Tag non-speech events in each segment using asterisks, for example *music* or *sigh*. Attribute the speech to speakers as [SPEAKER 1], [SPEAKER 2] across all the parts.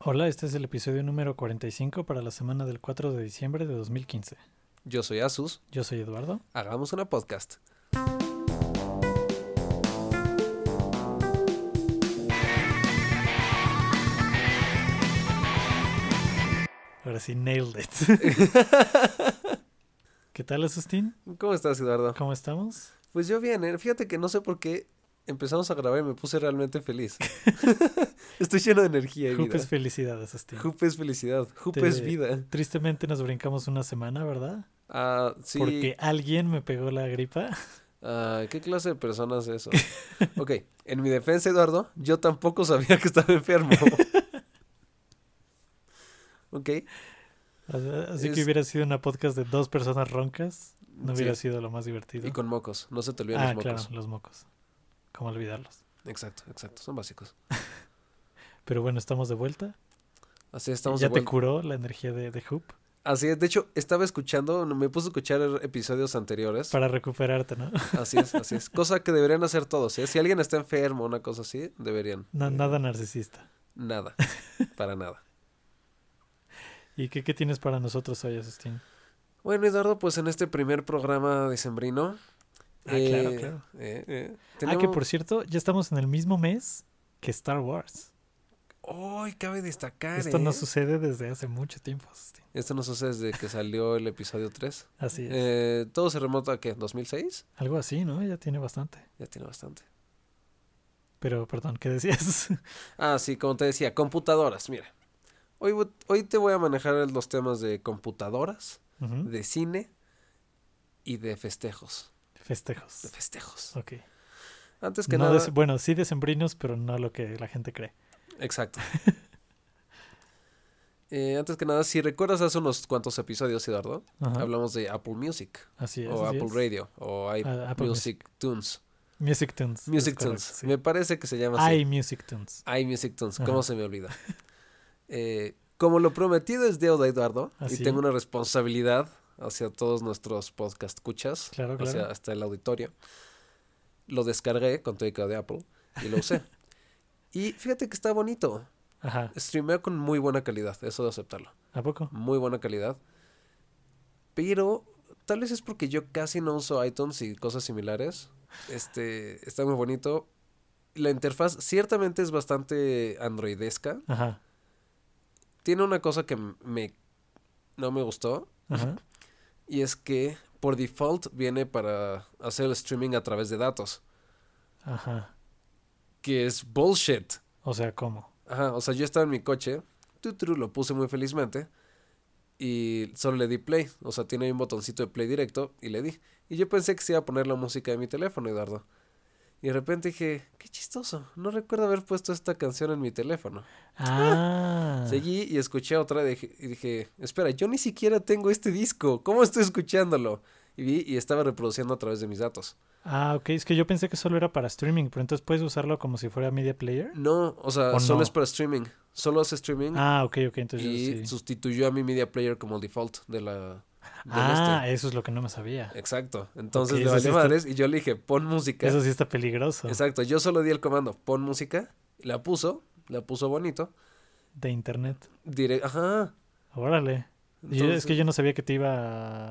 [SPEAKER 1] Hola, este es el episodio número 45 para la semana del 4 de diciembre de 2015.
[SPEAKER 2] Yo soy Asus,
[SPEAKER 1] Yo soy Eduardo.
[SPEAKER 2] hagamos una podcast.
[SPEAKER 1] Ahora sí, nailed it.
[SPEAKER 2] *laughs*
[SPEAKER 1] ¿Qué tal, Asustín?
[SPEAKER 2] ¿Cómo estás, Eduardo?
[SPEAKER 1] ¿Cómo estamos?
[SPEAKER 2] Pues yo bien, ¿eh? fíjate que no sé por qué empezamos a grabar y me puse
[SPEAKER 1] *laughs*
[SPEAKER 2] realmente feliz. Estoy lleno de energía y
[SPEAKER 1] Hoop
[SPEAKER 2] vida.
[SPEAKER 1] es felicidad, Asustín.
[SPEAKER 2] Hoop es felicidad, Hoop
[SPEAKER 1] Te-
[SPEAKER 2] es vida.
[SPEAKER 1] Tristemente nos brincamos una semana, ¿verdad?
[SPEAKER 2] Ah, sí.
[SPEAKER 1] Porque alguien me pegó la gripa.
[SPEAKER 2] Ah, ¿Qué clase de personas es eso? *laughs* ok, en mi defensa, Eduardo, yo tampoco sabía que estaba
[SPEAKER 1] *laughs*
[SPEAKER 2] enfermo. ok,
[SPEAKER 1] Así que
[SPEAKER 2] Es-
[SPEAKER 1] hubiera sido una podcast de dos personas roncas. No
[SPEAKER 2] Sí.
[SPEAKER 1] hubiera sido lo más divertido.
[SPEAKER 2] y con mocos, no se te olviden
[SPEAKER 1] Ah,
[SPEAKER 2] los
[SPEAKER 1] claro,
[SPEAKER 2] mocos.
[SPEAKER 1] los mocos. ¿Cómo olvidarlos?
[SPEAKER 2] Exacto, exacto, son básicos.
[SPEAKER 1] Pero bueno, estamos de vuelta.
[SPEAKER 2] Así estamos
[SPEAKER 1] ya
[SPEAKER 2] de
[SPEAKER 1] te
[SPEAKER 2] vuelta.
[SPEAKER 1] curó la energía de, de Hoop
[SPEAKER 2] Así es, de hecho, estaba escuchando, me puse a escuchar er, episodios anteriores.
[SPEAKER 1] para recuperarte, ¿no?
[SPEAKER 2] Así es, así es. Cosa que deberían hacer todos, ¿eh? Si alguien está enfermo, una cosa así, deberían.
[SPEAKER 1] Na-
[SPEAKER 2] Eh,
[SPEAKER 1] nada narcisista. *laughs*
[SPEAKER 2] Nada. Para nada.
[SPEAKER 1] ¿Y qué, qué tienes para nosotros hoy, Asustín? Ah,
[SPEAKER 2] Bueno, Eduardo, pues en este primer programa decembrino.
[SPEAKER 1] Ah, claro, claro.
[SPEAKER 2] eh, eh,
[SPEAKER 1] Ah, que
[SPEAKER 2] tenemos-
[SPEAKER 1] por cierto, ya estamos en el mismo mes que Star Wars.
[SPEAKER 2] ¡Ay, cabe destacar!
[SPEAKER 1] Esto no
[SPEAKER 2] eh!
[SPEAKER 1] sucede desde hace mucho tiempo, Asustín.
[SPEAKER 2] Esto no sucede desde que salió el episodio 3.
[SPEAKER 1] Así es.
[SPEAKER 2] Eh, Todo se remonta a qué? ¿2006?
[SPEAKER 1] Algo así, ¿no? Ya tiene bastante.
[SPEAKER 2] Ya tiene bastante.
[SPEAKER 1] Pero, perdón, ¿qué decías? *laughs*
[SPEAKER 2] Ah, sí, como te decía, computadoras. Mira, hoy, vo- hoy te voy a manejar los temas de computadoras,
[SPEAKER 1] Ujú.
[SPEAKER 2] de cine y de festejos. De
[SPEAKER 1] Festejos.
[SPEAKER 2] festejos.
[SPEAKER 1] Ok.
[SPEAKER 2] Antes que
[SPEAKER 1] No
[SPEAKER 2] nada.
[SPEAKER 1] des- bueno, sí decembrinos, pero no lo que la gente cree. *laughs*
[SPEAKER 2] Exacto. Eh, antes que nada, si recuerdas hace unos cuantos episodios, Eduardo,
[SPEAKER 1] Ajá.
[SPEAKER 2] hablamos de Apple Music,
[SPEAKER 1] Así es.
[SPEAKER 2] o
[SPEAKER 1] así
[SPEAKER 2] Apple
[SPEAKER 1] es.
[SPEAKER 2] Radio, o i-
[SPEAKER 1] Ah, Apple
[SPEAKER 2] Music Tunes.
[SPEAKER 1] Music Tunes. es
[SPEAKER 2] Music
[SPEAKER 1] correcto,
[SPEAKER 2] Tunes.
[SPEAKER 1] sí.
[SPEAKER 2] Me parece que se llama
[SPEAKER 1] Hay
[SPEAKER 2] así.
[SPEAKER 1] Music Tunes.
[SPEAKER 2] Music Tunes.
[SPEAKER 1] Ajá.
[SPEAKER 2] ¿Cómo se me olvida? Eh, como lo prometido es deuda, Eduardo,
[SPEAKER 1] Así.
[SPEAKER 2] y tengo una responsabilidad hacia todos nuestros podcast escuchas,
[SPEAKER 1] Claro, claro.
[SPEAKER 2] hacia hasta el auditorio. Lo descargué con técnica de Apple y lo
[SPEAKER 1] *laughs*
[SPEAKER 2] usé. y fíjate que está bonito.
[SPEAKER 1] Ajá.
[SPEAKER 2] Streamea con muy buena calidad, eso de aceptarlo.
[SPEAKER 1] ¿A poco?
[SPEAKER 2] Muy buena calidad. Pero tal vez es porque yo casi no uso iTunes y cosas similares. Este, está muy bonito. La interfaz ciertamente es bastante androidesca.
[SPEAKER 1] Ajá.
[SPEAKER 2] Tiene una cosa que m- me no me gustó
[SPEAKER 1] Ajá.
[SPEAKER 2] y es que por default viene para hacer el streaming a través de datos,
[SPEAKER 1] Ajá.
[SPEAKER 2] que es bullshit.
[SPEAKER 1] O sea,
[SPEAKER 2] *laughs*
[SPEAKER 1] ¿cómo?
[SPEAKER 2] Ajá, o sea, yo estaba en mi coche, tu, tu, lo puse muy felizmente y solo le di play. O sea, tiene ahí un botoncito de play directo y le di. Y yo pensé que se iba a poner la música de mi teléfono, Eduardo. Y de repente dije, qué chistoso, no recuerdo haber puesto esta canción en mi teléfono.
[SPEAKER 1] Ah.
[SPEAKER 2] Seguí y escuché otra dej- y dije, espera, yo ni siquiera tengo este disco, ¿cómo estoy escuchándolo? Y vi y estaba reproduciendo a través de mis datos.
[SPEAKER 1] Ah, ok. Es que yo pensé que solo era para streaming, pero entonces puedes usarlo como si fuera media player.
[SPEAKER 2] No, o sea,
[SPEAKER 1] ¿O
[SPEAKER 2] solo
[SPEAKER 1] no?
[SPEAKER 2] es para streaming, solo hace streaming
[SPEAKER 1] Ah, ok, ok. Entonces
[SPEAKER 2] Mm. y
[SPEAKER 1] yo sí.
[SPEAKER 2] sustituyó a mi media player como el default de la del
[SPEAKER 1] Ah, eso es lo que no me sabía.
[SPEAKER 2] este. Exacto. Entonces
[SPEAKER 1] Ok,
[SPEAKER 2] le
[SPEAKER 1] eso
[SPEAKER 2] valió
[SPEAKER 1] sí está-
[SPEAKER 2] madres y yo le dije, "Pon música."
[SPEAKER 1] Eso sí está peligroso.
[SPEAKER 2] Exacto, yo solo di el comando, "Pon música." La puso, la puso bonito.
[SPEAKER 1] De internet.
[SPEAKER 2] Dire, ajá.
[SPEAKER 1] Órale. Y yo- es
[SPEAKER 2] Entonces-
[SPEAKER 1] que yo no sabía que te iba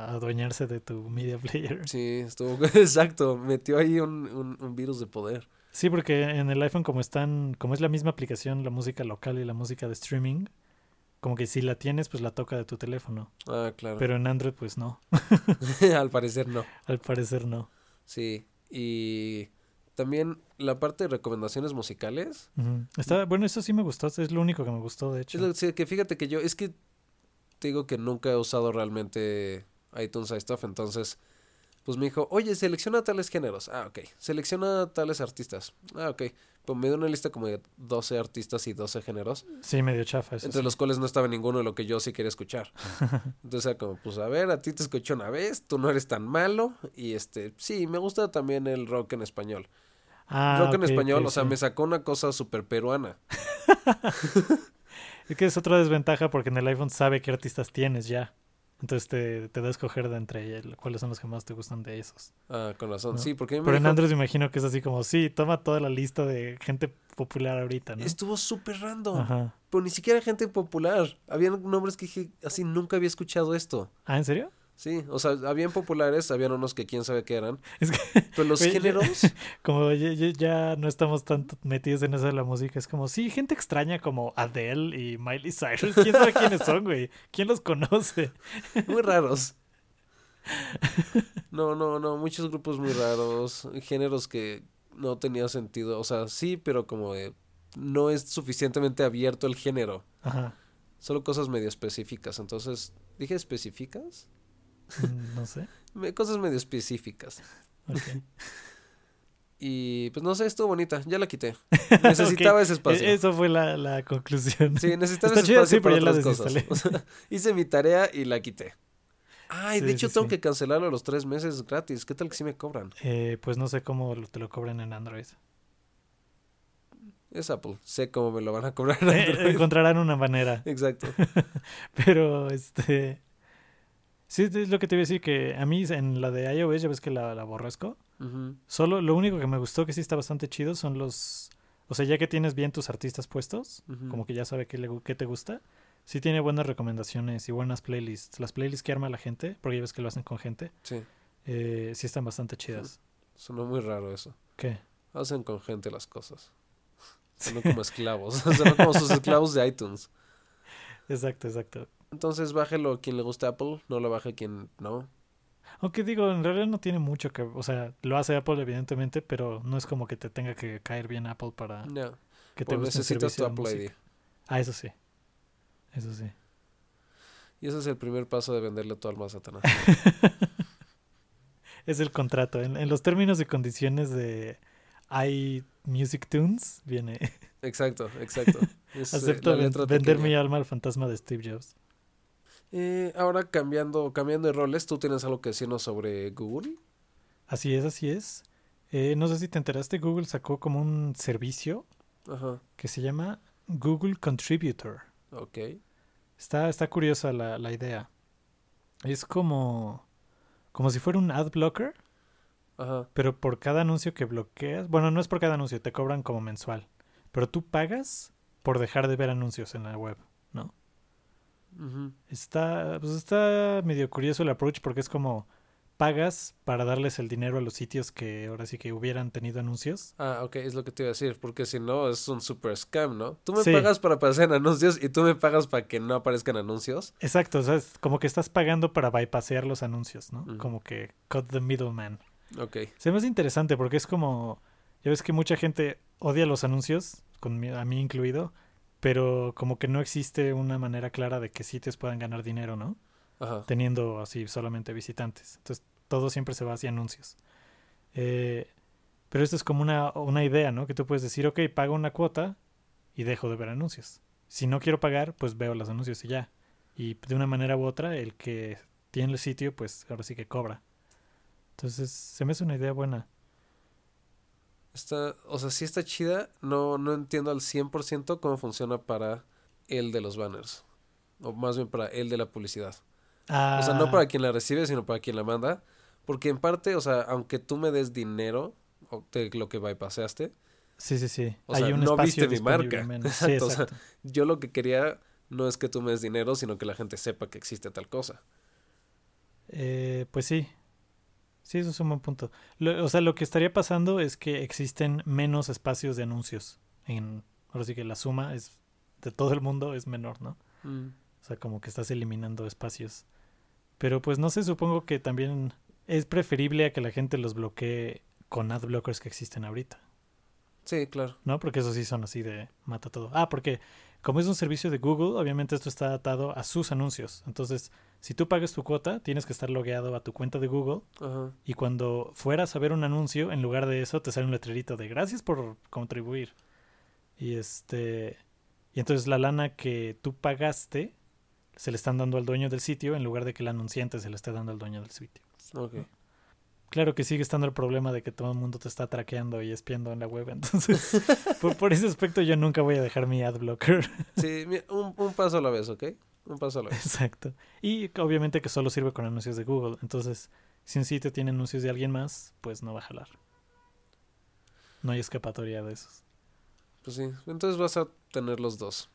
[SPEAKER 1] a adueñarse de tu media player.
[SPEAKER 2] Sí, estuvo *laughs* exacto, metió ahí un, un- un virus de poder.
[SPEAKER 1] Sí, porque en el iPhone como están, como es la misma aplicación, la música local y la música de streaming, como que si la tienes, pues la toca de tu teléfono.
[SPEAKER 2] Ah, claro.
[SPEAKER 1] Pero en Android, pues no.
[SPEAKER 2] *laughs* Al parecer no.
[SPEAKER 1] Al parecer no.
[SPEAKER 2] Sí, y también la parte de recomendaciones musicales.
[SPEAKER 1] Ujú. Está, bueno, eso sí me gustó. Es lo único que me gustó, de hecho.
[SPEAKER 2] Mm. Es lo- sí, que fíjate que yo es que te digo que nunca he usado realmente iTunes iStuff, entonces pues me dijo, oye, selecciona tales géneros. Ah, ok. Selecciona tales artistas. Ah, ok. Pues me dio una lista como de 12 artistas y 12 géneros,
[SPEAKER 1] Sí, medio chafa eso.
[SPEAKER 2] entre
[SPEAKER 1] sí.
[SPEAKER 2] los cuales no estaba ninguno de lo que yo sí
[SPEAKER 1] *laughs*
[SPEAKER 2] quería escuchar. Entonces era como, pues a ver, a ti te escuché una vez, tú no eres tan malo. Y este, sí, me gusta también el rock en español.
[SPEAKER 1] Ah,
[SPEAKER 2] rock en
[SPEAKER 1] ok,
[SPEAKER 2] español,
[SPEAKER 1] ok,
[SPEAKER 2] o sea,
[SPEAKER 1] sí.
[SPEAKER 2] me sacó una cosa súper peruana.
[SPEAKER 1] Es que es otra desventaja porque en el iPhone sabe qué artistas tienes ya. Entonces te, te da a escoger de entre ellas cuáles son los que más te gustan de esos.
[SPEAKER 2] Ah, con razón.
[SPEAKER 1] No.
[SPEAKER 2] Sí, porque a mí me
[SPEAKER 1] Pero en
[SPEAKER 2] dijo-
[SPEAKER 1] Android me imagino que es así como, sí, toma toda la lista de gente popular ahorita, ¿no?
[SPEAKER 2] estuvo súper random.
[SPEAKER 1] Ajá.
[SPEAKER 2] Pero pues, ni siquiera gente popular. Habían nombres que dije, así nunca había escuchado esto.
[SPEAKER 1] ¿Ah, en serio?
[SPEAKER 2] Sí, o sea, habían populares, habían unos que quién sabe qué eran.
[SPEAKER 1] Es que
[SPEAKER 2] Pero los
[SPEAKER 1] Oye, yo- *laughs*
[SPEAKER 2] géneros,
[SPEAKER 1] como ya, ya- ya no estamos tan metidos en eso de la música, es como, sí, gente extraña como Adele y Miley Cyrus. ¿Quién sabe quiénes son, güey? ¿Quién los conoce?
[SPEAKER 2] muy raros. No, no, no, muchos grupos muy raros, géneros que no tenía sentido. O sea, sí, pero como de, no es suficientemente abierto el género.
[SPEAKER 1] Ajá.
[SPEAKER 2] Solo cosas medio específicas. Entonces, dije específicas.
[SPEAKER 1] Mm, No sé.
[SPEAKER 2] Me- Cosas medio específicas.
[SPEAKER 1] Ok.
[SPEAKER 2] Y pues no sé, estuvo bonita, ya
[SPEAKER 1] *laughs*
[SPEAKER 2] la quité. Necesitaba ese espacio.
[SPEAKER 1] E- Eso fue la, la conclusión.
[SPEAKER 2] Sí, necesitaba
[SPEAKER 1] Está
[SPEAKER 2] ese
[SPEAKER 1] chida,
[SPEAKER 2] espacio
[SPEAKER 1] sí,
[SPEAKER 2] para
[SPEAKER 1] pero ya la
[SPEAKER 2] otras cosas.
[SPEAKER 1] desinstalé.
[SPEAKER 2] *laughs* O sea, hice mi tarea y la quité. Ay, de
[SPEAKER 1] Sí,
[SPEAKER 2] hecho
[SPEAKER 1] sí,
[SPEAKER 2] tengo
[SPEAKER 1] sí.
[SPEAKER 2] que cancelarlo los tres meses gratis. ¿Qué tal que sí me cobran?
[SPEAKER 1] Eh, pues no sé cómo lo- te lo cobran en Android.
[SPEAKER 2] Es Apple. Sé cómo me lo van a
[SPEAKER 1] *laughs*
[SPEAKER 2] cobrar. *laughs* en
[SPEAKER 1] Eh,
[SPEAKER 2] Android. *laughs*
[SPEAKER 1] encontrarán una manera. *laughs*
[SPEAKER 2] Exacto.
[SPEAKER 1] Pero este. Sí, es lo que te iba a decir que a mí en la de iOS, ya ves que la, la borrasco.
[SPEAKER 2] Ujú.
[SPEAKER 1] Solo lo único que me gustó que sí está bastante chido son los. O sea, ya que tienes bien tus artistas puestos,
[SPEAKER 2] Ujú.
[SPEAKER 1] como que ya sabe qué, le gu- qué te gusta, sí tiene buenas recomendaciones y buenas playlists. Las playlists que arma la gente, porque ya ves que lo hacen con gente,
[SPEAKER 2] Sí,
[SPEAKER 1] eh, sí están bastante chidas.
[SPEAKER 2] sonó muy raro eso.
[SPEAKER 1] ¿Qué?
[SPEAKER 2] Hacen con gente las
[SPEAKER 1] *laughs*
[SPEAKER 2] cosas. Sonó como esclavos. *laughs* Sonó como sus esclavos de iTunes.
[SPEAKER 1] Exacto, exacto.
[SPEAKER 2] Entonces bájelo quien le gusta Apple, no lo baje quien no.
[SPEAKER 1] Aunque digo, en realidad no tiene mucho que... O sea, lo hace Apple evidentemente, pero no es como que te tenga que caer bien Apple para
[SPEAKER 2] No.
[SPEAKER 1] Ah, que te guste
[SPEAKER 2] Pues
[SPEAKER 1] el
[SPEAKER 2] necesitas
[SPEAKER 1] servicio
[SPEAKER 2] tu
[SPEAKER 1] de
[SPEAKER 2] Apple
[SPEAKER 1] música.
[SPEAKER 2] ID.
[SPEAKER 1] Ah, eso sí. Eso sí.
[SPEAKER 2] Y ese es el primer paso de venderle tu alma a Satanás.
[SPEAKER 1] Es el contrato. En, en los términos y condiciones de iMusic Tunes viene... *laughs*
[SPEAKER 2] Exacto, exacto. Es, eh,
[SPEAKER 1] acepto
[SPEAKER 2] la
[SPEAKER 1] ven-
[SPEAKER 2] letra
[SPEAKER 1] vender mi
[SPEAKER 2] pequeña.
[SPEAKER 1] alma al fantasma de Steve Jobs.
[SPEAKER 2] Eh, ahora cambiando, cambiando de roles, ¿tú tienes algo que decirnos sobre Google?
[SPEAKER 1] Así es, así es. Eh, no sé si te enteraste, Google sacó como un servicio
[SPEAKER 2] Ajá,
[SPEAKER 1] que se llama Google Contributor.
[SPEAKER 2] ok.
[SPEAKER 1] Está, está curiosa la, la idea. Es como, como si fuera un ad blocker,
[SPEAKER 2] Ajá,
[SPEAKER 1] pero por cada anuncio que bloqueas, bueno, no es por cada anuncio, te cobran como mensual, pero tú pagas por dejar de ver anuncios en la web.
[SPEAKER 2] ujú,
[SPEAKER 1] Está, pues está medio curioso el approach porque es como pagas para darles el dinero a los sitios que ahora sí que hubieran tenido anuncios.
[SPEAKER 2] Ah, ok, es lo que te iba a decir, porque si no es un super scam, ¿no? Tú me
[SPEAKER 1] Sí.
[SPEAKER 2] pagas para aparecer en anuncios y tú me pagas para que no aparezcan anuncios.
[SPEAKER 1] Exacto, o sea, es como que estás pagando para bypassear los anuncios, ¿no?
[SPEAKER 2] Ujú.
[SPEAKER 1] Como que cut the middleman.
[SPEAKER 2] Ok,
[SPEAKER 1] Se me hace interesante porque es como. Ya ves que mucha gente odia los anuncios, con mi- a mí incluido, pero como que no existe una manera clara de que sitios puedan ganar dinero, ¿no?
[SPEAKER 2] ajá.
[SPEAKER 1] Teniendo así solamente visitantes. Entonces todo siempre se va hacia anuncios. Eh, pero esto es como una, una idea, ¿no? Que tú puedes decir, ok, pago una cuota y dejo de ver anuncios. Si no quiero pagar, pues veo los anuncios y ya. Y de una manera u otra, el que tiene el sitio, pues ahora sí que cobra. Entonces, se me hace una idea buena.
[SPEAKER 2] Está, o sea, sí está chida, no, no entiendo al 100% cómo funciona para el de los banners, o más bien para el de la publicidad. O sea, no
[SPEAKER 1] Ah,
[SPEAKER 2] para quien la recibe, sino para quien la manda. Porque en parte, o sea, aunque tú me des dinero, o de lo que bypaseaste,
[SPEAKER 1] Sí, sí, sí.
[SPEAKER 2] O
[SPEAKER 1] Hay
[SPEAKER 2] sea,
[SPEAKER 1] un
[SPEAKER 2] no
[SPEAKER 1] espacio
[SPEAKER 2] viste mi
[SPEAKER 1] disponible
[SPEAKER 2] marca. *laughs*
[SPEAKER 1] menos. Sí,
[SPEAKER 2] Exacto, o sea,
[SPEAKER 1] exacto.
[SPEAKER 2] yo lo que quería no es que tú me des dinero, sino que la gente sepa que existe tal cosa.
[SPEAKER 1] Eh, pues sí. Sí, eso es un buen punto. Lo- o sea, lo que estaría pasando es que existen menos espacios de anuncios. En, ahora sí que la suma es de todo el mundo es menor, ¿no?
[SPEAKER 2] Mm.
[SPEAKER 1] O sea, como que estás eliminando espacios. Pero pues no sé, supongo que también es preferible a que la gente los bloquee con ad blockers que existen ahorita.
[SPEAKER 2] Sí, claro.
[SPEAKER 1] ¿no? Porque esos sí son así de mata todo. Ah, porque como es un servicio de Google, obviamente esto está atado a sus anuncios. Entonces, si tú pagas tu cuota, tienes que estar logueado a tu cuenta de Google
[SPEAKER 2] Ajá.
[SPEAKER 1] y cuando fueras a ver un anuncio, en lugar de eso te sale un letrerito de gracias por contribuir. Y este y entonces la lana que tú pagaste se le están dando al dueño del sitio en lugar de que el anunciante se le esté dando al dueño del sitio.
[SPEAKER 2] Ok.
[SPEAKER 1] Claro que sigue estando el problema de que todo el mundo te está traqueando y espiando en la web. Entonces, por, por ese aspecto yo nunca voy a dejar mi ad blocker. *laughs*
[SPEAKER 2] Sí, mira, un, un paso a la vez, ¿ok? un paso a la vez.
[SPEAKER 1] Exacto. Y obviamente que solo sirve con anuncios de Google. Entonces, si un sitio tiene anuncios de alguien más, pues no va a jalar. No hay escapatoria de esos.
[SPEAKER 2] Pues sí, entonces vas a tener los dos.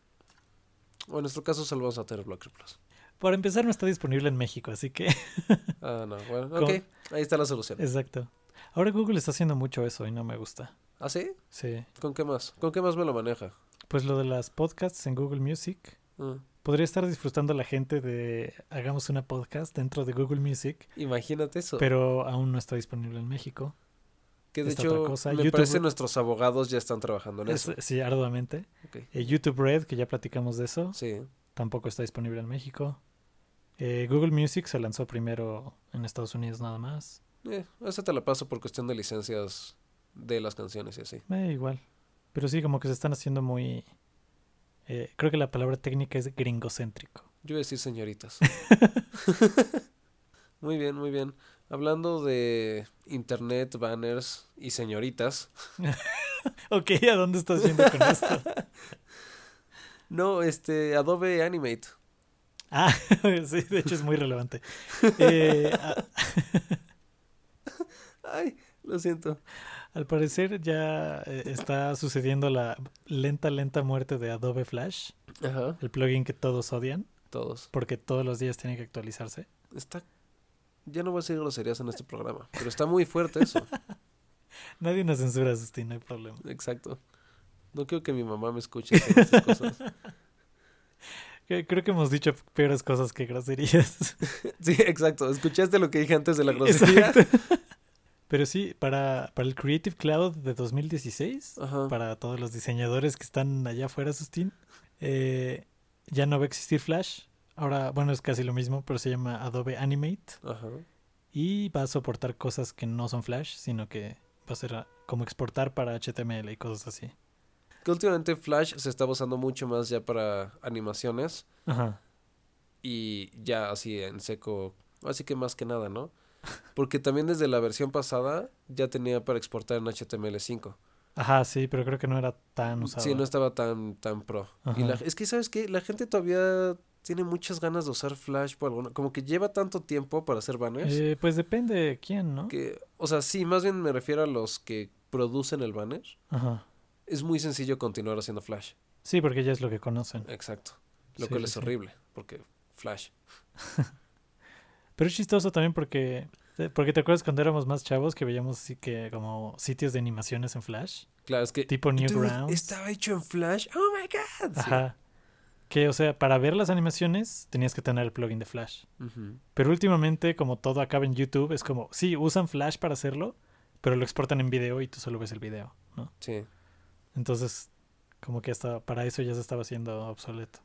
[SPEAKER 2] O en nuestro caso solo vamos a tener Blockly Plus.
[SPEAKER 1] Para empezar, no está disponible en México, así que. *laughs*
[SPEAKER 2] Ah, no, bueno, ok, ahí está la solución.
[SPEAKER 1] Exacto. Ahora Google está haciendo mucho eso y no me gusta.
[SPEAKER 2] ¿Ah, sí?
[SPEAKER 1] Sí.
[SPEAKER 2] ¿Con qué más? ¿Con qué más me lo maneja?
[SPEAKER 1] Pues lo de las podcasts en Google Music.
[SPEAKER 2] Mm.
[SPEAKER 1] Podría estar disfrutando la gente de hagamos una podcast dentro de Google Music,
[SPEAKER 2] Imagínate eso.
[SPEAKER 1] pero aún no está disponible en México.
[SPEAKER 2] que de
[SPEAKER 1] esta otra
[SPEAKER 2] hecho,
[SPEAKER 1] cosa,
[SPEAKER 2] me
[SPEAKER 1] YouTube-
[SPEAKER 2] parece nuestros abogados ya están trabajando en
[SPEAKER 1] Es-
[SPEAKER 2] eso.
[SPEAKER 1] sí, arduamente.
[SPEAKER 2] Ok.
[SPEAKER 1] Eh, YouTube Red, que ya platicamos de eso,
[SPEAKER 2] Sí,
[SPEAKER 1] tampoco está disponible en México. Eh, Google Music se lanzó primero en Estados Unidos nada más.
[SPEAKER 2] eh, esa te la paso por cuestión de licencias de las canciones y así.
[SPEAKER 1] Eh, igual. Pero sí, como que se están haciendo muy... eh, creo que la palabra técnica es gringocéntrico. *laughs*
[SPEAKER 2] Yo iba a decir señoritas. muy bien, muy bien. Hablando de internet, banners y señoritas.
[SPEAKER 1] Ok, ¿a dónde estás yendo con esto? *laughs*
[SPEAKER 2] No, este, Adobe Animate.
[SPEAKER 1] Ah, sí, de hecho es muy relevante. Eh, a-
[SPEAKER 2] Ay, lo siento.
[SPEAKER 1] al parecer ya eh, está sucediendo la lenta, lenta muerte de Adobe Flash,
[SPEAKER 2] Ajá,
[SPEAKER 1] el plugin que todos odian,
[SPEAKER 2] todos.
[SPEAKER 1] porque todos los días tiene que actualizarse.
[SPEAKER 2] Está... Ya no voy a decir groserías en este programa, pero está muy
[SPEAKER 1] *laughs*
[SPEAKER 2] fuerte eso.
[SPEAKER 1] Nadie nos censura, Sustin, no hay problema.
[SPEAKER 2] Exacto. No quiero que mi mamá me escuche con estas cosas.
[SPEAKER 1] Que- Creo que hemos dicho peores cosas que groserías. *laughs*
[SPEAKER 2] Sí, *laughs* exacto. ¿Escuchaste lo que dije antes de la grosería?
[SPEAKER 1] Exacto. Pero sí, para, para el Creative Cloud de 2016,
[SPEAKER 2] Ajá.
[SPEAKER 1] para todos los diseñadores que están allá afuera, Sustin, eh, ya no va a existir Flash. Ahora, bueno, es casi lo mismo, pero se llama Adobe Animate
[SPEAKER 2] Ajá.
[SPEAKER 1] y va a soportar cosas que no son Flash, sino que va a ser ah, como exportar para HTML y cosas así.
[SPEAKER 2] Que últimamente Flash se está usando mucho más ya para animaciones
[SPEAKER 1] Ajá.
[SPEAKER 2] y ya así en seco. Así que más que nada, ¿no? Porque también desde la versión pasada ya tenía para exportar en HTML5.
[SPEAKER 1] Ajá, sí, pero creo que no era tan usado.
[SPEAKER 2] Sí, no estaba tan, tan pro. Y
[SPEAKER 1] Ajá.
[SPEAKER 2] la- es que, ¿sabes qué? La gente todavía tiene muchas ganas de usar Flash por alguna... Como que lleva tanto tiempo para hacer banners.
[SPEAKER 1] Eh, pues depende de quién, ¿no?
[SPEAKER 2] que, o sea, sí, más bien me refiero a los que producen el banner.
[SPEAKER 1] Ajá.
[SPEAKER 2] Es muy sencillo continuar haciendo Flash.
[SPEAKER 1] Sí, porque ya es lo que conocen.
[SPEAKER 2] Exacto. Lo
[SPEAKER 1] Sí,
[SPEAKER 2] cual
[SPEAKER 1] sí,
[SPEAKER 2] es
[SPEAKER 1] sí.
[SPEAKER 2] horrible, porque Flash.
[SPEAKER 1] Pero es chistoso también porque, eh, porque te acuerdas cuando éramos más chavos que veíamos así que como sitios de animaciones en Flash,
[SPEAKER 2] Claro, es que...
[SPEAKER 1] tipo
[SPEAKER 2] Dude,
[SPEAKER 1] Newgrounds.
[SPEAKER 2] estaba hecho en Flash. Oh my god. Sí.
[SPEAKER 1] Ajá. Que, o sea, para ver las animaciones tenías que tener el plugin de Flash.
[SPEAKER 2] Ujú.
[SPEAKER 1] Pero últimamente, como todo acaba en YouTube, es como, sí, usan Flash para hacerlo, pero lo exportan en video y tú solo ves el video, ¿no?
[SPEAKER 2] Sí.
[SPEAKER 1] Entonces, como que hasta para eso ya se estaba haciendo obsoleto.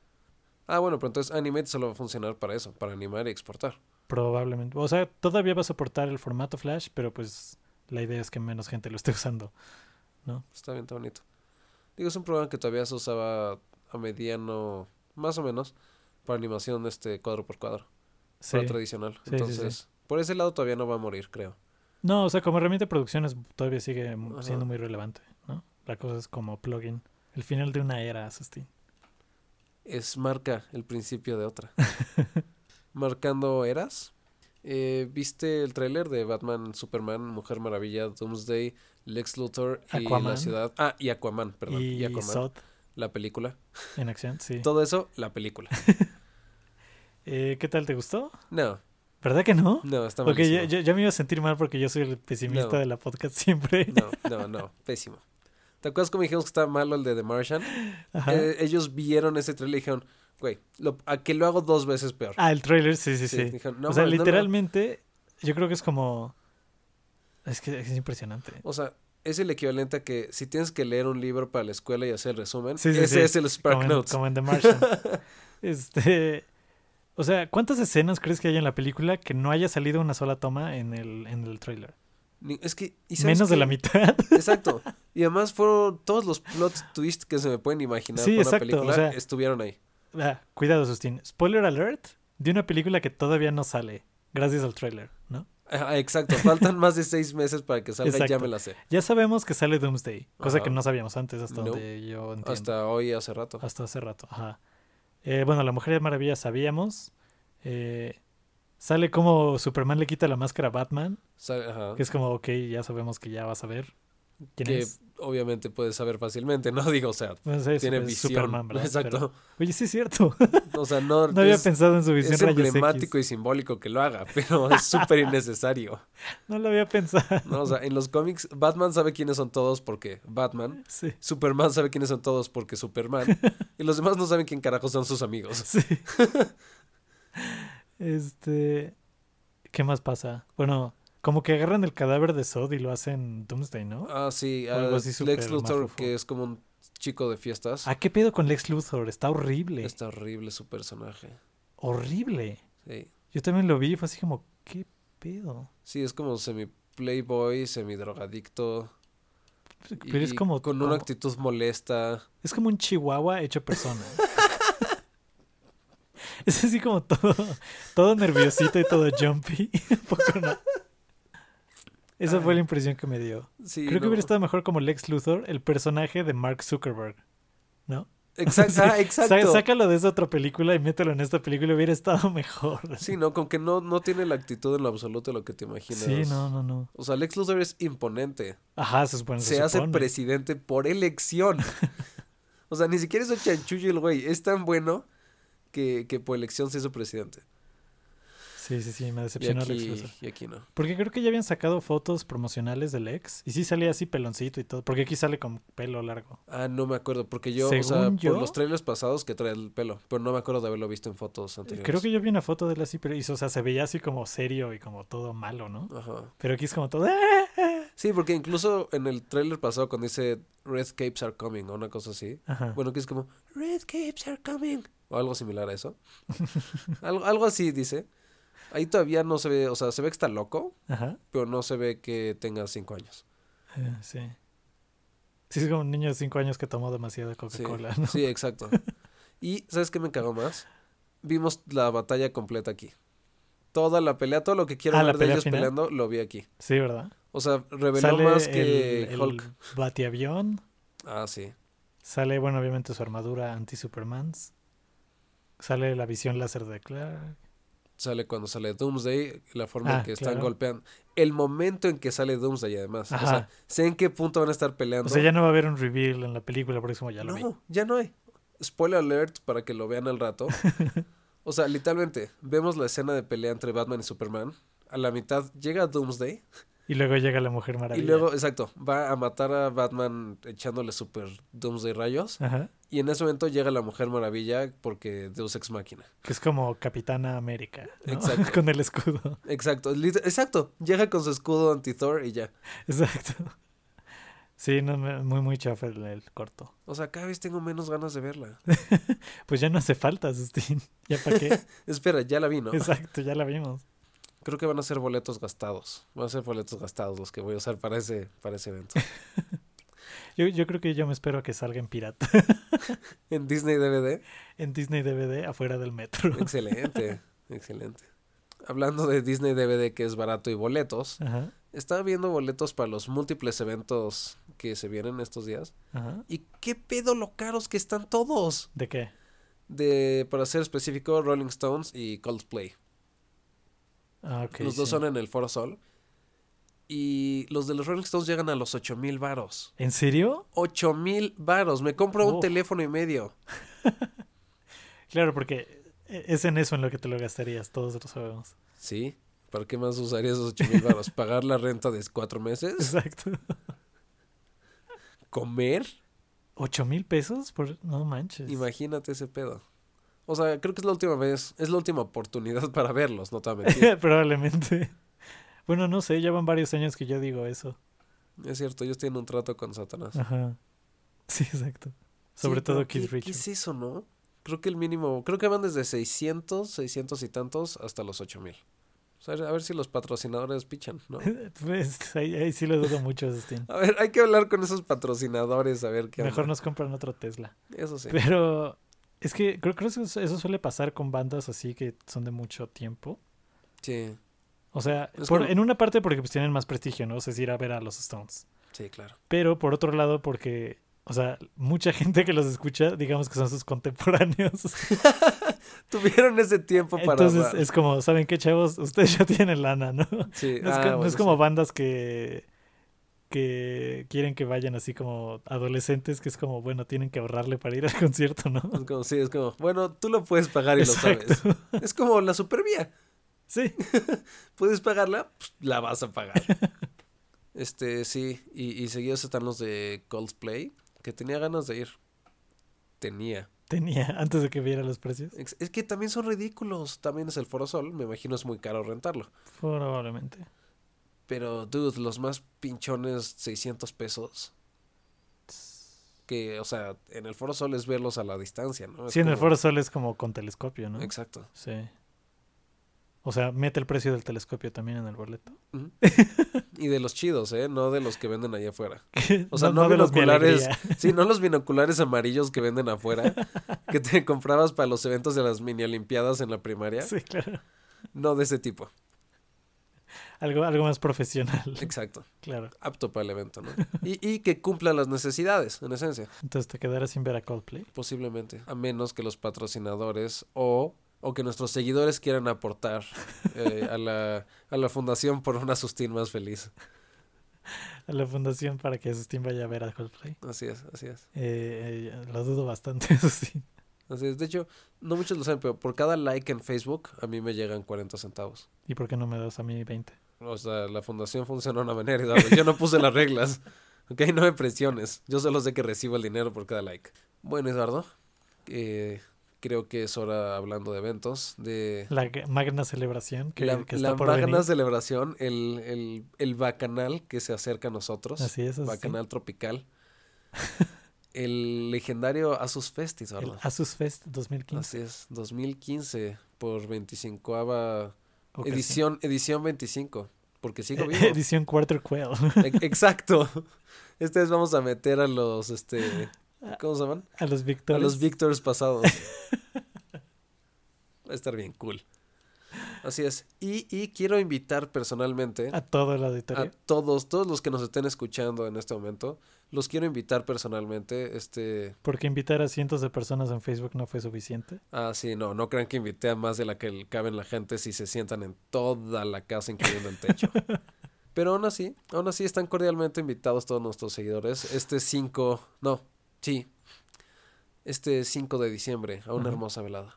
[SPEAKER 2] Ah, bueno, pero entonces Animate solo va a funcionar para eso, para animar y exportar.
[SPEAKER 1] Probablemente. O sea, todavía va a soportar el formato Flash, pero pues la idea es que menos gente lo esté usando.
[SPEAKER 2] Está bien, está bonito. Digo, es un programa que todavía se usaba a mediano, más o menos, para animación este cuadro por cuadro,
[SPEAKER 1] Sí.
[SPEAKER 2] para tradicional.
[SPEAKER 1] sí, sí.
[SPEAKER 2] entonces, por ese lado todavía no va a morir, creo.
[SPEAKER 1] No, o sea, como herramienta de producción es- todavía sigue mu-
[SPEAKER 2] Ajá.
[SPEAKER 1] siendo muy relevante, ¿no? La cosa es como plugin. El final de una era, Sustin.
[SPEAKER 2] es marca el principio
[SPEAKER 1] *laughs*
[SPEAKER 2] de otra. Marcando eras. Eh, ¿Viste el tráiler de Batman, Superman, Mujer Maravilla, Doomsday, Lex Luthor y la
[SPEAKER 1] Aquaman.
[SPEAKER 2] ciudad? Ah, y Aquaman, perdón. Y,
[SPEAKER 1] Y,
[SPEAKER 2] Aquaman,
[SPEAKER 1] Sod
[SPEAKER 2] la película.
[SPEAKER 1] en acción, sí.
[SPEAKER 2] Todo eso, la película.
[SPEAKER 1] Eh, ¿Qué tal? ¿Te gustó?
[SPEAKER 2] No,
[SPEAKER 1] ¿Verdad que no?
[SPEAKER 2] no, está
[SPEAKER 1] Porque
[SPEAKER 2] malísimo.
[SPEAKER 1] ya, ya- ya me iba a sentir mal porque yo soy el pesimista
[SPEAKER 2] No.
[SPEAKER 1] de la podcast *laughs* siempre.
[SPEAKER 2] No, no, no, pésimo. ¿Te acuerdas cómo dijimos que estaba malo el de The Martian?
[SPEAKER 1] Ajá.
[SPEAKER 2] Eh, ellos vieron ese tráiler y dijeron, güey, lo- a que lo hago dos veces peor.
[SPEAKER 1] ah, el trailer, sí, sí, sí.
[SPEAKER 2] dijeron, "No
[SPEAKER 1] o sea,
[SPEAKER 2] mames, no lo-
[SPEAKER 1] literalmente, yo creo que es como... Es que es impresionante.
[SPEAKER 2] O sea, es el equivalente a que si tienes que leer un libro para la escuela y hacer el resumen,
[SPEAKER 1] Sí, sí,
[SPEAKER 2] ese
[SPEAKER 1] sí.
[SPEAKER 2] es el Spark
[SPEAKER 1] como en,
[SPEAKER 2] Notes.
[SPEAKER 1] como en The
[SPEAKER 2] *laughs*
[SPEAKER 1] Martian. este, o sea, ¿cuántas escenas crees que hay en la película que no haya salido una sola toma en el, en el trailer?
[SPEAKER 2] Ni- Es que, ¿y sabes
[SPEAKER 1] Menos de
[SPEAKER 2] qué?
[SPEAKER 1] la mitad. *laughs*
[SPEAKER 2] Exacto. Y además fueron todos los plot twists que se me pueden imaginar
[SPEAKER 1] Sí,
[SPEAKER 2] por una
[SPEAKER 1] exacto,
[SPEAKER 2] película
[SPEAKER 1] o sea-
[SPEAKER 2] estuvieron ahí.
[SPEAKER 1] Ah, cuidado, Sustin. Spoiler alert de una película que todavía no sale gracias al trailer, ¿no?
[SPEAKER 2] Ah, exacto. Faltan más de seis meses para que salga y ya
[SPEAKER 1] Exacto.
[SPEAKER 2] me la sé.
[SPEAKER 1] Ya sabemos que sale Doomsday, cosa
[SPEAKER 2] Ajá.
[SPEAKER 1] que no sabíamos antes hasta
[SPEAKER 2] No.
[SPEAKER 1] donde yo entiendo. Ah,
[SPEAKER 2] Hasta hoy, hace rato.
[SPEAKER 1] Hasta hace rato, ajá. Eh, bueno, la Mujer de Maravilla sabíamos. Eh, sale como Superman le quita la máscara a Batman.
[SPEAKER 2] Sale- ajá.
[SPEAKER 1] Que es como, ok, ya sabemos que ya vas a ver quién
[SPEAKER 2] que
[SPEAKER 1] es.
[SPEAKER 2] obviamente puedes saber fácilmente, ¿no? *laughs* Digo, o sea,
[SPEAKER 1] Bueno, sí,
[SPEAKER 2] tiene
[SPEAKER 1] es
[SPEAKER 2] visión.
[SPEAKER 1] Superman,
[SPEAKER 2] *laughs*
[SPEAKER 1] ¿verdad?
[SPEAKER 2] Exacto.
[SPEAKER 1] Pero- oye, sí es cierto. *laughs*
[SPEAKER 2] O sea, no,
[SPEAKER 1] no había
[SPEAKER 2] es,
[SPEAKER 1] pensado en su visión
[SPEAKER 2] es
[SPEAKER 1] rayos X.
[SPEAKER 2] emblemático y simbólico que lo haga, *laughs*
[SPEAKER 1] *laughs*
[SPEAKER 2] pero es súper innecesario.
[SPEAKER 1] No lo había pensado. *laughs*
[SPEAKER 2] ¿no? O sea, en los cómics, Batman sabe quiénes son todos porque Batman.
[SPEAKER 1] Sí.
[SPEAKER 2] Superman sabe quiénes son todos
[SPEAKER 1] *laughs*
[SPEAKER 2] porque Superman. Y los demás no saben quién carajo son sus amigos. *laughs*
[SPEAKER 1] Sí. este. ¿Qué más pasa? Bueno, como que agarran el cadáver de Sod y lo hacen Doomsday, ¿no?
[SPEAKER 2] Ah, sí.
[SPEAKER 1] O algo
[SPEAKER 2] ah,
[SPEAKER 1] así súper
[SPEAKER 2] Lex Luthor,
[SPEAKER 1] mafufo.
[SPEAKER 2] que es como un chico de fiestas.
[SPEAKER 1] ¿A Ah, qué pedo con Lex Luthor? Está horrible.
[SPEAKER 2] Está horrible su personaje.
[SPEAKER 1] Horrible.
[SPEAKER 2] Sí,
[SPEAKER 1] Yo también lo vi y fue así como, ¿qué pedo?
[SPEAKER 2] sí es como semi-playboy, semi-drogadicto.
[SPEAKER 1] Pero es
[SPEAKER 2] y
[SPEAKER 1] como,
[SPEAKER 2] Con
[SPEAKER 1] como-
[SPEAKER 2] una actitud molesta.
[SPEAKER 1] Es como un chihuahua hecho persona. *laughs* es así como todo, todo nerviosito y todo jumpy. *laughs* Un poco, ¿no? Esa fue la impresión que me dio.
[SPEAKER 2] Sí,
[SPEAKER 1] Creo que
[SPEAKER 2] no.
[SPEAKER 1] hubiera estado mejor como Lex Luthor, el personaje de Mark Zuckerberg.
[SPEAKER 2] *laughs*
[SPEAKER 1] ¿No?
[SPEAKER 2] *laughs*
[SPEAKER 1] *laughs*
[SPEAKER 2] Exact-
[SPEAKER 1] Sí,
[SPEAKER 2] ah,
[SPEAKER 1] Sa-
[SPEAKER 2] exacto.
[SPEAKER 1] sácalo de esa otra película y mételo en esta película, hubiera estado *laughs* mejor.
[SPEAKER 2] Sí, no, con que no, no tiene la actitud en lo absoluto de lo que te imaginas.
[SPEAKER 1] Sí, no, no, no.
[SPEAKER 2] O sea, Lex Luthor es imponente.
[SPEAKER 1] Ajá, se supone.
[SPEAKER 2] se hace presidente por
[SPEAKER 1] *laughs*
[SPEAKER 2] elección. o sea, ni siquiera hizo chanchullo el güey. Es tan bueno que, que por elección se hizo presidente.
[SPEAKER 1] Sí, sí, sí, me
[SPEAKER 2] Y
[SPEAKER 1] decepcionó Lex
[SPEAKER 2] aquí,
[SPEAKER 1] Luthor.
[SPEAKER 2] y aquí no.
[SPEAKER 1] Porque creo que ya habían sacado fotos promocionales del ex. Y sí salía así peloncito y todo. Porque aquí sale con pelo largo.
[SPEAKER 2] Ah, no me acuerdo, porque yo, o sea,
[SPEAKER 1] Según yo-
[SPEAKER 2] por los trailers pasados que trae el pelo, pero no me acuerdo de haberlo visto en fotos anteriores.
[SPEAKER 1] Creo que yo vi una foto de él así, pero hizo- o sea, se veía así como serio y como todo malo, ¿no?
[SPEAKER 2] Ajá.
[SPEAKER 1] Pero aquí es como todo. "Ah".
[SPEAKER 2] Sí, porque incluso en el trailer pasado cuando dice Red Capes are coming o una cosa así,
[SPEAKER 1] Ajá.
[SPEAKER 2] Bueno, que es como, Red Capes are coming. O algo similar a eso.
[SPEAKER 1] *laughs*
[SPEAKER 2] algo, algo así dice. Ahí todavía no se ve, o sea, se ve que está loco,
[SPEAKER 1] Ajá.
[SPEAKER 2] pero no se ve que tenga cinco años.
[SPEAKER 1] Eh, Sí. Sí, es como un niño de 5 años que tomó demasiada
[SPEAKER 2] Sí,
[SPEAKER 1] Coca-Cola, ¿no? *laughs*
[SPEAKER 2] sí, exacto. Y, ¿sabes qué me cagó más? Vimos la batalla completa aquí. Toda la pelea, todo lo que quiero
[SPEAKER 1] Ah, la
[SPEAKER 2] ver de
[SPEAKER 1] pelea
[SPEAKER 2] ellos
[SPEAKER 1] final.
[SPEAKER 2] peleando, lo vi aquí.
[SPEAKER 1] Sí, ¿verdad?
[SPEAKER 2] O sea, reveló
[SPEAKER 1] Sale
[SPEAKER 2] más que
[SPEAKER 1] el, el
[SPEAKER 2] Hulk.
[SPEAKER 1] batiavión.
[SPEAKER 2] Ah, sí.
[SPEAKER 1] Sale, bueno, obviamente su armadura anti-Supermans. Sale la visión láser de Clark.
[SPEAKER 2] Sale cuando sale Doomsday, la forma
[SPEAKER 1] Ah,
[SPEAKER 2] en que están
[SPEAKER 1] claro.
[SPEAKER 2] golpeando. El momento en que sale Doomsday, además. O
[SPEAKER 1] Ajá.
[SPEAKER 2] sea, sé en qué punto van a estar
[SPEAKER 1] O
[SPEAKER 2] peleando.
[SPEAKER 1] sea, ya no va a haber un reveal en la película, por eso como ya lo
[SPEAKER 2] no,
[SPEAKER 1] vi.
[SPEAKER 2] ya no hay. Spoiler alert para que lo vean al
[SPEAKER 1] *laughs*
[SPEAKER 2] rato. o sea, literalmente, vemos la escena de pelea entre Batman y Superman. A la mitad llega Doomsday.
[SPEAKER 1] Y luego llega la Mujer Maravilla.
[SPEAKER 2] Y luego, exacto, va a matar a Batman echándole super Doomsday rayos.
[SPEAKER 1] Ajá.
[SPEAKER 2] Y en ese momento llega la Mujer Maravilla porque Deus Ex Máquina.
[SPEAKER 1] Que es como Capitana América. ¿no? *laughs*
[SPEAKER 2] Exacto.
[SPEAKER 1] Con el escudo.
[SPEAKER 2] Exacto, lit- exacto. Llega con su escudo anti-Thor y ya.
[SPEAKER 1] Exacto. Sí, no, me- muy, muy chafa el, el corto.
[SPEAKER 2] O sea, cada vez tengo menos ganas
[SPEAKER 1] *laughs*
[SPEAKER 2] de verla.
[SPEAKER 1] Pues ya no hace falta, Justin. *laughs* ¿Ya para qué?
[SPEAKER 2] Espera, ya la vi, *laughs* ¿no?
[SPEAKER 1] Exacto, ya la vimos.
[SPEAKER 2] Creo que van a ser boletos gastados. Van a ser boletos gastados los que voy a usar para ese, para ese evento.
[SPEAKER 1] Yo, yo creo que yo me espero a que salga en pirata. *laughs*
[SPEAKER 2] En Disney DVD.
[SPEAKER 1] En Disney DVD afuera del metro.
[SPEAKER 2] Excelente, excelente. Hablando de Disney DVD que es barato y boletos,
[SPEAKER 1] *laughs* Ajá,
[SPEAKER 2] estaba viendo boletos para los múltiples eventos que se vienen estos días.
[SPEAKER 1] ajá.
[SPEAKER 2] ¿Y qué pedo lo caros que están todos?
[SPEAKER 1] ¿De qué?
[SPEAKER 2] De, para ser específico, Rolling Stones y Coldplay.
[SPEAKER 1] Ah, ok.
[SPEAKER 2] los dos
[SPEAKER 1] sí.
[SPEAKER 2] son en el Foro Sol. Y los de los Rolling Stones llegan a los 8 mil varos.
[SPEAKER 1] ¿En serio?
[SPEAKER 2] 8 mil varos. Me compro un
[SPEAKER 1] Uf.
[SPEAKER 2] teléfono y medio.
[SPEAKER 1] Claro, porque e, es en eso en lo que te lo gastarías, todos lo sabemos.
[SPEAKER 2] ¿Sí? ¿Para qué más usarías esos 8 mil varos? ¿Pagar la renta de
[SPEAKER 1] *laughs*
[SPEAKER 2] cuatro meses?
[SPEAKER 1] Exacto.
[SPEAKER 2] ¿Comer?
[SPEAKER 1] ¿Ocho mil pesos? Por... No manches.
[SPEAKER 2] Imagínate ese pedo. O sea, creo que es la última vez, es la última oportunidad para verlos, no te voy
[SPEAKER 1] *laughs*
[SPEAKER 2] a mentir.
[SPEAKER 1] Probablemente. Bueno, no sé, ya van varios años que yo digo eso.
[SPEAKER 2] es cierto, ellos tienen un trato con Satanás.
[SPEAKER 1] Ajá. Sí, exacto. Sobre
[SPEAKER 2] Sí,
[SPEAKER 1] todo
[SPEAKER 2] pero ¿qué-
[SPEAKER 1] Keith
[SPEAKER 2] ¿Qué
[SPEAKER 1] Richards.
[SPEAKER 2] es eso, no? Creo que el mínimo, creo que van desde 600, 600 y tantos hasta los 8000. O sea, a ver si los patrocinadores pichan,
[SPEAKER 1] *laughs*
[SPEAKER 2] ¿no?
[SPEAKER 1] Pues ahí, ahí sí lo dudo mucho, Justin.
[SPEAKER 2] A ver, hay que hablar con esos patrocinadores, a ver *laughs* qué
[SPEAKER 1] Mejor
[SPEAKER 2] onda.
[SPEAKER 1] nos compran otro Tesla.
[SPEAKER 2] Eso sí.
[SPEAKER 1] Pero es que creo, creo que eso eso suele pasar con bandas así que son de mucho tiempo.
[SPEAKER 2] Sí,
[SPEAKER 1] O sea,
[SPEAKER 2] Es
[SPEAKER 1] por-
[SPEAKER 2] como-
[SPEAKER 1] en una *laughs* parte porque pues tienen más prestigio, ¿no? O sea, es ir a ver a los Stones.
[SPEAKER 2] sí, claro.
[SPEAKER 1] Pero por otro lado porque o sea, mucha *laughs* gente que los escucha, digamos que son sus contemporáneos.
[SPEAKER 2] Tuvieron ese tiempo para.
[SPEAKER 1] Entonces
[SPEAKER 2] ahorrar.
[SPEAKER 1] es como, ¿saben qué, chavos? Ustedes ya *laughs* tienen lana, ¿no? No
[SPEAKER 2] Sí,
[SPEAKER 1] es,
[SPEAKER 2] ah,
[SPEAKER 1] co- no
[SPEAKER 2] bueno,
[SPEAKER 1] es como bandas que, que quieren que vayan así como adolescentes, que es como, bueno, tienen que ahorrarle para ir al *laughs* concierto, ¿no?
[SPEAKER 2] sí. Es como, sí, es como, bueno, tú lo puedes pagar y lo sabes.
[SPEAKER 1] Exacto.
[SPEAKER 2] Es como la supervía.
[SPEAKER 1] Sí,
[SPEAKER 2] Puedes pagarla, pues, la vas
[SPEAKER 1] *laughs*
[SPEAKER 2] a pagar. este, sí. Y, y seguidos están los de Coldplay, que tenía ganas de ir. Tenía.
[SPEAKER 1] tenía, antes de que viera los precios.
[SPEAKER 2] Ex- Es que también son ridículos. También es el Foro Sol. Me imagino es muy caro rentarlo.
[SPEAKER 1] Probablemente.
[SPEAKER 2] Pero, dude, los más pinchones, 600 pesos. Que, o sea, en el Foro Sol es verlos a la distancia, ¿no? Es
[SPEAKER 1] Sí, en el
[SPEAKER 2] como-
[SPEAKER 1] Foro Sol es como con telescopio, ¿no?
[SPEAKER 2] Exacto.
[SPEAKER 1] Sí. O sea, mete el precio del telescopio también en el boleto.
[SPEAKER 2] Ujú. y de los chidos, ¿eh? No de los que venden
[SPEAKER 1] *laughs*
[SPEAKER 2] allá afuera. O sea, no,
[SPEAKER 1] de los mi
[SPEAKER 2] binoculares.
[SPEAKER 1] alegría.
[SPEAKER 2] Sí, no los binoculares amarillos que
[SPEAKER 1] *laughs*
[SPEAKER 2] venden afuera. que te comprabas para los eventos de las mini olimpiadas en la primaria.
[SPEAKER 1] Sí, claro.
[SPEAKER 2] No de ese tipo.
[SPEAKER 1] Algo, algo más profesional.
[SPEAKER 2] Exacto.
[SPEAKER 1] *laughs* Claro.
[SPEAKER 2] Apto para el evento, ¿no? Y, y que cumpla las necesidades, en esencia.
[SPEAKER 1] Entonces te quedarás sin ver a Coldplay.
[SPEAKER 2] Posiblemente. A menos que los patrocinadores o, o que nuestros seguidores quieran aportar eh, a, la, a la fundación por un Asustín más feliz.
[SPEAKER 1] A la fundación para que Asustín vaya a ver a Coldplay.
[SPEAKER 2] Así es, así es.
[SPEAKER 1] Eh, eh, lo dudo bastante, *laughs* eso sí.
[SPEAKER 2] Así es. De hecho, no muchos lo saben, pero por cada like en Facebook a mí me llegan 40 centavos.
[SPEAKER 1] ¿Y por qué no me das a mí 20?
[SPEAKER 2] O sea, la fundación funciona de una manera, Eduardo. Yo no puse las reglas. *laughs* Ok, no me presiones. Yo solo sé que recibo el dinero por cada like. Bueno, Eduardo, eh, creo que es hora, hablando de eventos, de
[SPEAKER 1] La g- magna celebración que,
[SPEAKER 2] la,
[SPEAKER 1] que está
[SPEAKER 2] la
[SPEAKER 1] por
[SPEAKER 2] magna
[SPEAKER 1] venir.
[SPEAKER 2] celebración, el, el, el bacanal que se acerca a nosotros,
[SPEAKER 1] Así es, así.
[SPEAKER 2] bacanal tropical, el legendario Asus Fest,
[SPEAKER 1] El
[SPEAKER 2] Eduardo.
[SPEAKER 1] Asus Fest 2015.
[SPEAKER 2] Así es, 2015 por 25
[SPEAKER 1] ocasión.
[SPEAKER 2] edición, edición 25, porque
[SPEAKER 1] *laughs*
[SPEAKER 2] sigo
[SPEAKER 1] Eh,
[SPEAKER 2] vivo.
[SPEAKER 1] edición Quarter Quail.
[SPEAKER 2] E- Exacto. *laughs* Esta vez vamos a meter a los, este, ¿cómo se llaman?
[SPEAKER 1] *laughs* a los
[SPEAKER 2] A
[SPEAKER 1] Victores.
[SPEAKER 2] los Victors pasados. Va a estar bien cool. Así es. Y, y quiero invitar personalmente
[SPEAKER 1] a todo el
[SPEAKER 2] a
[SPEAKER 1] auditorio.
[SPEAKER 2] todos, todos los que nos estén escuchando en este momento, los quiero invitar personalmente, este,
[SPEAKER 1] Porque invitar a cientos de personas en Facebook no fue suficiente.
[SPEAKER 2] ah, sí, no, no crean que invité a más de la que le caben la gente si se sientan en toda la casa, incluyendo el
[SPEAKER 1] *laughs*
[SPEAKER 2] techo. Pero aún así, aún así están cordialmente invitados todos nuestros seguidores. Este 5, no, sí, este 5 de diciembre a una
[SPEAKER 1] Ujú.
[SPEAKER 2] hermosa velada.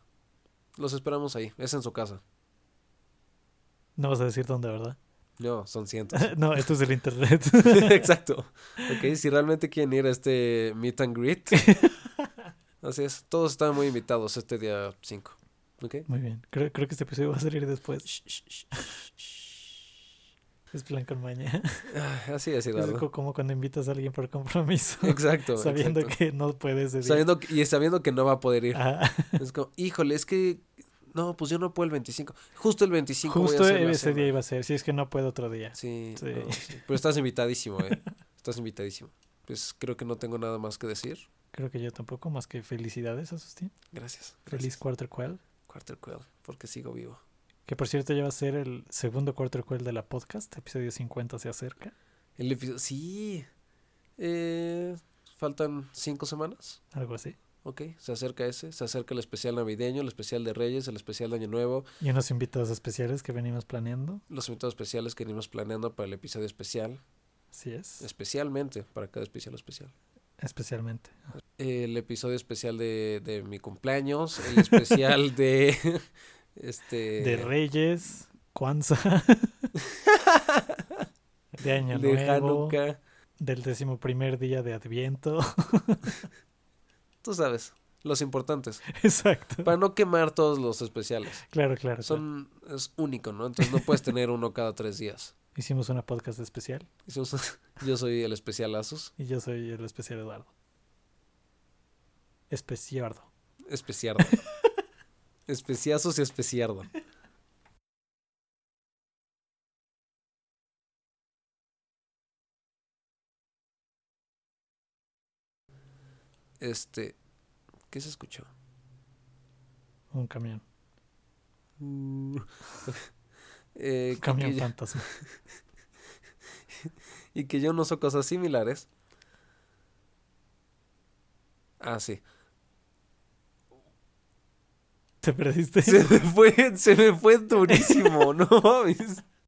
[SPEAKER 2] Los esperamos ahí, es en su casa.
[SPEAKER 1] No vas a decir dónde, ¿verdad?
[SPEAKER 2] No,
[SPEAKER 1] *laughs*
[SPEAKER 2] son cientos. *laughs*
[SPEAKER 1] no, esto es el internet.
[SPEAKER 2] Exacto. Ok, si realmente quieren ir a este meet and greet.
[SPEAKER 1] *laughs*
[SPEAKER 2] Así es, todos están muy invitados este día 5. Ok.
[SPEAKER 1] *laughs* Muy bien. Creo, creo que este episodio va a salir después.
[SPEAKER 2] Shh, shh, shh, shh.
[SPEAKER 1] Es plan con maña. *laughs*
[SPEAKER 2] Ah, Así es,
[SPEAKER 1] Es
[SPEAKER 2] Eduardo.
[SPEAKER 1] co- como cuando invitas a alguien por compromiso. *laughs*
[SPEAKER 2] Exacto.
[SPEAKER 1] sabiendo
[SPEAKER 2] exacto.
[SPEAKER 1] que no puedes decir.
[SPEAKER 2] Sabiendo que- y sabiendo que no va a poder ir. *laughs*
[SPEAKER 1] Ajá.
[SPEAKER 2] Es como, híjole, es que. No, pues yo no puedo el 25. Justo el 25. voy a
[SPEAKER 1] Justo
[SPEAKER 2] hacer la
[SPEAKER 1] ese día
[SPEAKER 2] cena.
[SPEAKER 1] iba a ser. Si es que no puedo otro día.
[SPEAKER 2] Sí,
[SPEAKER 1] Sí.
[SPEAKER 2] no, sí. Pero estás invitadísimo, ¿eh? Estás invitadísimo. Pues creo que no tengo nada más que decir.
[SPEAKER 1] Creo que yo tampoco, más que felicidades, Asustín.
[SPEAKER 2] Gracias.
[SPEAKER 1] Feliz Quarter Quell.
[SPEAKER 2] Quarter Quell, porque sigo vivo.
[SPEAKER 1] Que por cierto ya va a ser el segundo Quarter Quell de la podcast. Episodio 50 se acerca.
[SPEAKER 2] El episodio. Sí. Eh, Faltan cinco semanas.
[SPEAKER 1] Algo así.
[SPEAKER 2] Ok, se acerca ese. Se acerca el especial navideño, el especial de Reyes, el especial de Año Nuevo.
[SPEAKER 1] Y unos invitados especiales que venimos planeando.
[SPEAKER 2] Los invitados especiales que venimos planeando para el episodio especial.
[SPEAKER 1] Así es.
[SPEAKER 2] Especialmente para cada especial especial.
[SPEAKER 1] Especialmente.
[SPEAKER 2] el episodio especial de, de mi cumpleaños, el
[SPEAKER 1] *laughs*
[SPEAKER 2] especial de este
[SPEAKER 1] De Reyes,
[SPEAKER 2] *laughs*
[SPEAKER 1] Kwanzaa. de Año
[SPEAKER 2] de
[SPEAKER 1] Nuevo.
[SPEAKER 2] Hanukkah,
[SPEAKER 1] Del décimo primer día de Adviento. *laughs*
[SPEAKER 2] tú sabes, los importantes,
[SPEAKER 1] Exacto.
[SPEAKER 2] para no quemar todos los especiales.
[SPEAKER 1] Claro, claro. claro.
[SPEAKER 2] Son es único, ¿no? Entonces no puedes tener uno cada tres días.
[SPEAKER 1] Hicimos una podcast especial
[SPEAKER 2] Hicimos- Yo soy el especial Asus,
[SPEAKER 1] y yo soy el especial Eduardo. Especiardo.
[SPEAKER 2] especiardo. Especiazos y especiardo. Este, ¿qué se escuchó?
[SPEAKER 1] Un camión.
[SPEAKER 2] Mm. Eh,
[SPEAKER 1] Un
[SPEAKER 2] que- que
[SPEAKER 1] camión
[SPEAKER 2] yo-
[SPEAKER 1] fantasma. *laughs*
[SPEAKER 2] y que yo no uso cosas similares. Ah, sí.
[SPEAKER 1] ¿Te perdiste?
[SPEAKER 2] Se me fue, se me fue durísimo, *laughs* no mames.